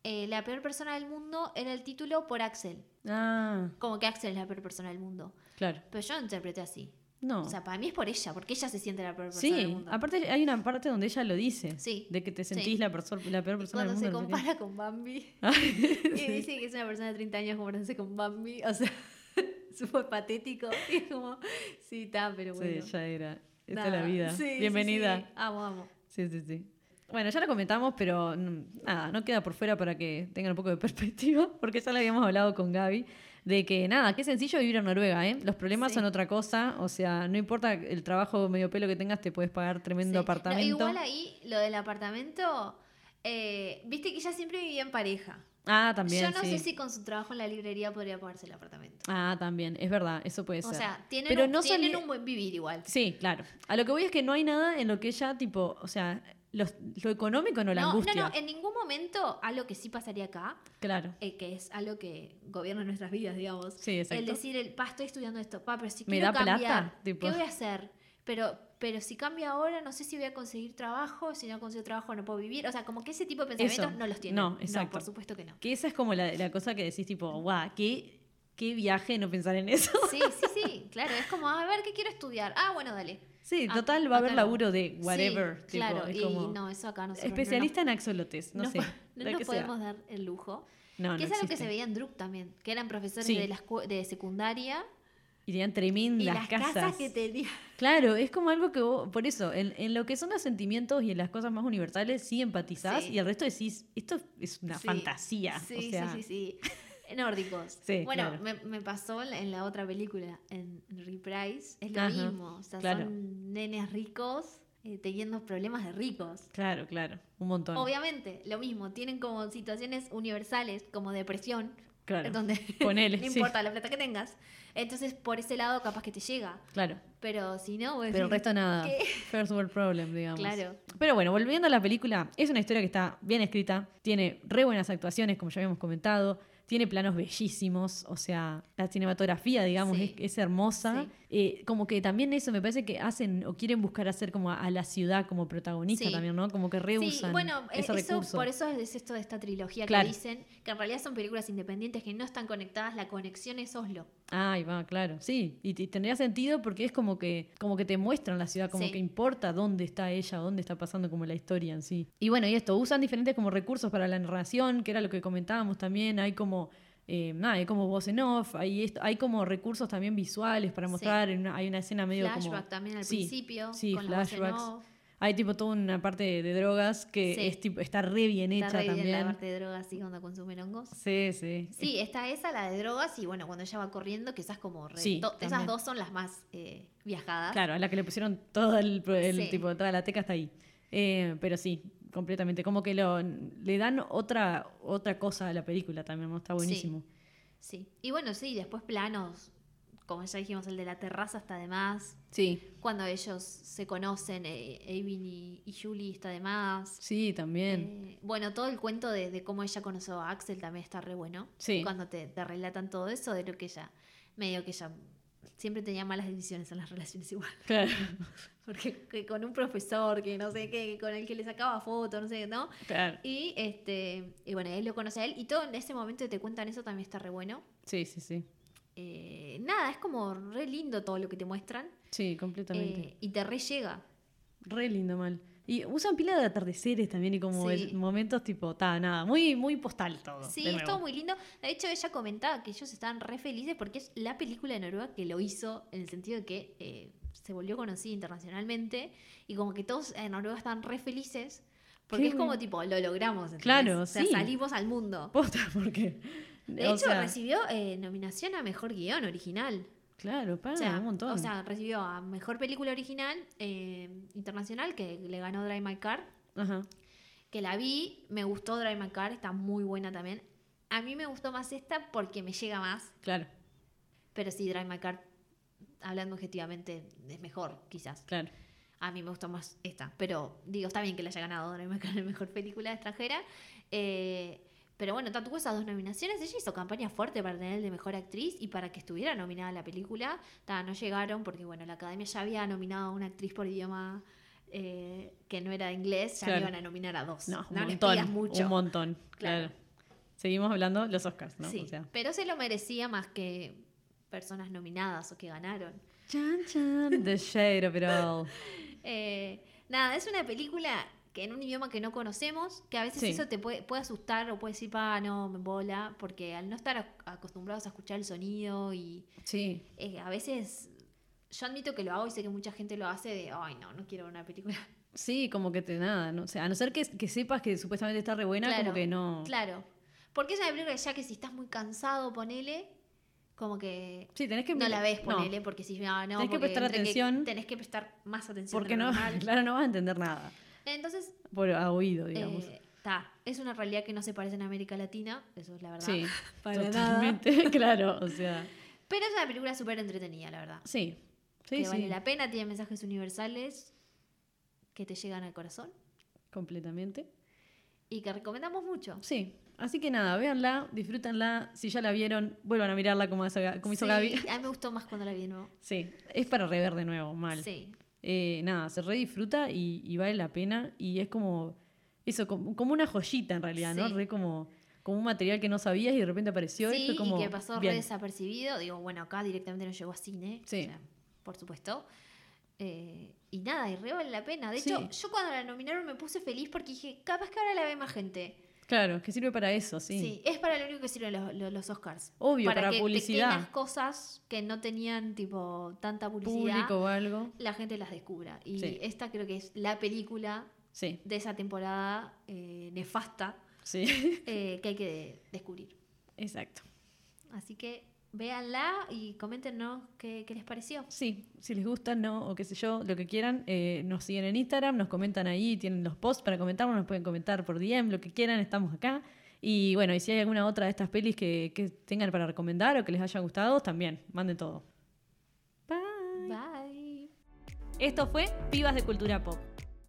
S2: eh, la peor persona del mundo era el título por Axel.
S1: Ah,
S2: Como que Axel es la peor persona del mundo.
S1: claro.
S2: Pero yo lo interpreté así.
S1: No.
S2: O sea, para mí es por ella, porque ella se siente la peor persona del
S1: sí,
S2: mundo.
S1: aparte hay una parte donde ella lo dice.
S2: Sí,
S1: De que te
S2: sí.
S1: sentís la, perso- la peor
S2: Y
S1: persona
S2: cuando
S1: del
S2: se
S1: mundo. no sé qué.
S2: compara
S1: [LAUGHS]
S2: con Bambi,
S1: Ah,
S2: y
S1: sí.
S2: dice que es una persona de 30 años comparándose con Bambi, o sea, [LAUGHS] súper patético. Y es como, sí, está, pero bueno.
S1: Sí, ya era. Esta es
S2: nada.
S1: la vida.
S2: Sí, sí,
S1: Bienvenida.
S2: sí. Amo, amo.
S1: Sí, sí, sí. Bueno, ya lo comentamos, pero mm, nada, no queda por fuera para que tengan un poco de [LAUGHS] perspectiva, porque ya lo habíamos hablado con Gaby, de que nada, qué sencillo vivir en Noruega, ¿eh? Los problemas
S2: Sí.
S1: son otra cosa, o sea, no importa el trabajo medio pelo que tengas, te puedes pagar tremendo
S2: Sí.
S1: apartamento.
S2: No, igual ahí, lo del apartamento, eh, viste que ella siempre vivía en pareja.
S1: Ah, también.
S2: Yo no
S1: sí.
S2: sé si con su trabajo en la librería podría pagarse el apartamento.
S1: Ah, también, es verdad, eso puede
S2: o
S1: ser.
S2: sea, tienen,
S1: Pero
S2: un,
S1: no
S2: tienen
S1: sali-
S2: un buen vivir igual.
S1: Sí, claro. A lo que voy es que no hay nada en lo que ella, tipo, o sea, los- lo económico no la
S2: no,
S1: angustia.
S2: no, no, en ningún momento algo que sí pasaría acá,
S1: Claro.
S2: eh, que es algo que gobierna nuestras vidas, digamos.
S1: Sí, exacto.
S2: El decir, el, pa, estoy estudiando esto, pa, pero si
S1: ¿Me
S2: quiero
S1: da plata?
S2: cambiar,
S1: Tipo.
S2: ¿qué voy a hacer? Pero, pero si cambio ahora, no sé si voy a conseguir trabajo, si no consigo trabajo no puedo vivir. O sea, como que ese tipo de pensamientos
S1: Eso.
S2: no los tienen.
S1: No, exacto.
S2: por supuesto que no.
S1: Que esa es como la, la cosa que decís, tipo, guau, qué, qué viaje no pensar en eso. [LAUGHS]
S2: Sí, sí, sí, [LAUGHS] claro. Es como, a ver, ¿qué quiero estudiar? Ah, bueno, dale.
S1: Sí,
S2: Ah,
S1: total, va a haber
S2: acá no.
S1: laburo de whatever.
S2: Sí,
S1: tipo,
S2: claro,
S1: es
S2: y
S1: como
S2: no, eso acá nosotros no
S1: especialista en axolotes, no,
S2: no,
S1: sé.
S2: po- [LAUGHS] no
S1: lo
S2: nos
S1: que sea.
S2: podemos dar el lujo.
S1: No,
S2: que
S1: no
S2: es algo que se
S1: existe.
S2: veía en Druk también, que eran profesores
S1: Sí.
S2: de, la escu- de secundaria
S1: Irían tremendas
S2: y las
S1: casas.
S2: casas, que tenían.
S1: Claro, es como algo que vos, por eso, en, en lo que son los sentimientos y en las cosas más universales, sí empatizás
S2: Sí.
S1: y el resto decís, esto es una
S2: Sí.
S1: fantasía.
S2: Sí,
S1: o sea,
S2: sí, sí, sí. Nórdicos.
S1: [LAUGHS] Sí,
S2: bueno,
S1: claro.
S2: me, me pasó en la- en la otra película, en Reprise, es lo
S1: Ajá,
S2: mismo. O sea,
S1: claro.
S2: son nenes ricos eh, teniendo problemas de ricos.
S1: Claro, claro, un montón.
S2: Obviamente, lo mismo, tienen como situaciones universales, como depresión,
S1: Claro,
S2: donde
S1: [LAUGHS] ponele,
S2: [LAUGHS] no
S1: sí.
S2: importa la plata que tengas. Entonces, por ese lado, capaz que te llega.
S1: claro.
S2: Pero si no, vos
S1: Pero el
S2: decís,
S1: resto nada.
S2: ¿qué?
S1: First world problem, digamos.
S2: Claro.
S1: Pero bueno, volviendo a la película, es una historia que está bien escrita, tiene re buenas actuaciones, como ya habíamos comentado, tiene planos bellísimos, o sea, la cinematografía, digamos,
S2: Sí.
S1: es, es hermosa.
S2: Sí.
S1: Eh, como que también eso me parece que hacen o quieren buscar hacer como a, a la ciudad como protagonista
S2: Sí.
S1: también, ¿no? Como que
S2: Sí,
S1: reusan
S2: bueno, eh,
S1: ese
S2: eso,
S1: recurso.
S2: por eso es esto de esta trilogía
S1: Claro.
S2: que dicen, que en realidad son películas independientes que no están conectadas, la conexión es Oslo.
S1: Ay, va, claro, sí. Y, y tendría sentido porque es como que, como que te muestran la ciudad, como
S2: Sí.
S1: que importa dónde está ella, dónde está pasando como la historia en sí. Y bueno, y esto, usan diferentes como recursos para la narración, que era lo que comentábamos también, hay como... eh, nada, hay como voz en off, hay, esto, hay como recursos también visuales para
S2: Sí.
S1: mostrar, en una- hay una escena medio
S2: Flashback
S1: como...
S2: también al
S1: sí,
S2: principio,
S1: sí,
S2: con la voz en
S1: flashbacks.
S2: off.
S1: Hay tipo toda una parte de, de drogas que
S2: Sí.
S1: es tipo, está re bien hecha
S2: Está re bien
S1: también.
S2: la parte de drogas, así cuando consumen hongos.
S1: Sí, sí.
S2: Sí, está esa, la de drogas, y bueno, cuando ella va corriendo, que esas como re-
S1: Sí,
S2: to- esas
S1: también.
S2: dos son las más eh, viajadas.
S1: Claro, a la que le pusieron todo el, pro- el
S2: Sí.
S1: tipo, toda la teca hasta ahí. Eh, pero sí, completamente. Como que lo, le dan otra, otra cosa a la película también, ¿no? Está buenísimo.
S2: Sí. Y bueno, sí, después planos como ya dijimos, el de la terraza está de más.
S1: Sí,
S2: Cuando ellos se conocen, eh, Eivin y, y Julie está de más.
S1: sí, también.
S2: Eh, bueno, todo el cuento de, de cómo ella conoció a Axel también está re bueno.
S1: Sí.
S2: Cuando te, te relatan todo eso, de lo que ella, medio que ella siempre tenía malas decisiones en las [LAUGHS] relaciones igual.
S1: Claro,
S2: Porque que con un profesor, que no sé qué, que con el que le sacaba fotos, no sé qué, ¿no?
S1: [LAUGHS] claro.
S2: Y, este, y bueno, él lo conoce a él. Y todo en ese momento que te cuentan eso también está re bueno.
S1: Sí, sí, sí.
S2: Eh, nada, es como re lindo todo lo que te muestran.
S1: Sí, completamente.
S2: eh, y te re llega.
S1: Re lindo mal. Y usan pila de atardeceres también y como
S2: Sí.
S1: el- momentos tipo, ta, nada, muy, muy postal todo.
S2: Sí,
S1: de
S2: es
S1: nuevo.
S2: todo muy lindo. De hecho, ella comentaba que ellos estaban re felices porque es la película de Noruega que lo hizo en el sentido de que eh, se volvió conocida internacionalmente y como que todos en Noruega están re felices porque
S1: Qué
S2: es como
S1: bueno.
S2: tipo, lo logramos. ¿entendés?
S1: Claro,
S2: O sea,
S1: sí.
S2: salimos al mundo.
S1: Posta, porque.
S2: De
S1: o
S2: hecho,
S1: sea,
S2: recibió eh, nominación a Mejor Guión Original.
S1: Claro, para,
S2: o, sea,
S1: Ah, un montón.
S2: o sea, recibió a Mejor Película Original eh, Internacional que le ganó Drive My Car.
S1: Ajá.
S2: que la vi, me gustó Drive My Car, está muy buena también. A mí me gustó más esta porque me llega más,
S1: Claro,
S2: pero sí, Drive My Car, hablando objetivamente, es mejor, quizás.
S1: claro.
S2: A mí me gustó más esta, pero digo, está bien que la haya ganado Drive My Car, [LAUGHS] la mejor película extranjera. eh, pero bueno, tanto tuvo esas dos nominaciones. Ella hizo campaña fuerte para tener el de mejor actriz y para que estuviera nominada a la película. Ta, no llegaron porque, bueno, la academia ya había nominado a una actriz por idioma eh, que no era inglés, ya
S1: Claro.
S2: iban a nominar a dos.
S1: No, un
S2: les
S1: montón.
S2: pidas mucho.
S1: Un montón,
S2: Claro.
S1: claro. Seguimos hablando los Oscars, ¿no?
S2: Sí,
S1: O sea.
S2: pero se lo merecía más que personas nominadas o que ganaron.
S1: Chan, [LAUGHS] chan. The shade of it all.
S2: Eh, nada, es una película que en un idioma que no conocemos, que a veces
S1: Sí.
S2: eso te puede, puede asustar o puede decir, pa, no, me bola, porque al no estar ac- acostumbrados a escuchar el sonido y
S1: Sí.
S2: eh, a veces yo admito que lo hago y sé que mucha gente lo hace de, ay, no, no quiero ver
S1: [LAUGHS]
S2: una película.
S1: Sí, como que te nada, ¿no? O sea, a no ser que, que sepas que supuestamente está re buena, como que no.
S2: Claro, porque es una película ya que si estás muy cansado, ponele, como que
S1: Sí, tenés que.
S2: no la ves,
S1: no,
S2: ponele, porque si no,
S1: Tenés
S2: no,
S1: que
S2: porque
S1: prestar
S2: entre
S1: atención.
S2: tenés que prestar más atención.
S1: Porque
S2: de lo
S1: no,
S2: normal.
S1: [LAUGHS] claro, no vas a entender nada.
S2: Entonces,
S1: Por a oído, digamos.
S2: eh, ta, es una realidad que no se parece en América Latina, eso es la verdad.
S1: sí,
S2: [LAUGHS] Para nada.
S1: totalmente, [LAUGHS] claro, o sea,
S2: Pero es una película súper entretenida, la verdad.
S1: sí, sí,
S2: que
S1: sí,
S2: vale la pena, tiene mensajes universales que te llegan al corazón
S1: completamente.
S2: y que recomendamos mucho.
S1: Sí, así que nada, véanla, disfrútenla, si ya la vieron, vuelvan a mirarla como hizo, Ga- como hizo
S2: Sí,
S1: Gaby.
S2: A mí me gustó más cuando la vi de nuevo.
S1: Sí, es para rever de nuevo, mal.
S2: Sí.
S1: Eh, nada, se redisfruta y, y vale la pena y es como eso, como, como una joyita en realidad, ¿no?
S2: Sí.
S1: Re como, como un material que no sabías y de repente apareció y
S2: sí,
S1: fue como...
S2: y que pasó
S1: bien.
S2: re desapercibido. Digo, bueno, acá directamente no llegó a cine.
S1: Sí.
S2: o sea, por supuesto. Eh, y nada, y re vale la pena. De
S1: Sí.
S2: hecho, yo cuando la nominaron me puse feliz porque dije, capaz que ahora la ve más gente.
S1: Claro, que sirve para eso,
S2: Sí.
S1: sí.
S2: es para lo único que sirven los, los- los Oscars.
S1: Obvio, para
S2: que
S1: publicidad.
S2: pequeñas cosas que no tenían tipo tanta publicidad,
S1: Público o algo.
S2: la gente las descubra. Y
S1: Sí.
S2: esta creo que es la película
S1: Sí,
S2: de esa temporada eh,
S1: [LAUGHS]
S2: nefasta
S1: sí,
S2: eh, que hay que de- descubrir.
S1: exacto.
S2: Así que véanla y coméntenos qué, qué les pareció.
S1: Sí, si les gusta, no, o qué sé yo, lo que quieran, eh, nos siguen en Instagram, nos comentan ahí, tienen los posts para comentarnos, nos pueden comentar por DM, lo que quieran, estamos acá. Y bueno, y si hay alguna otra de estas pelis que, que tengan para recomendar o que les haya gustado, también, manden todo. Bye.
S2: Bye.
S1: Esto fue Pibas de Cultura Pop.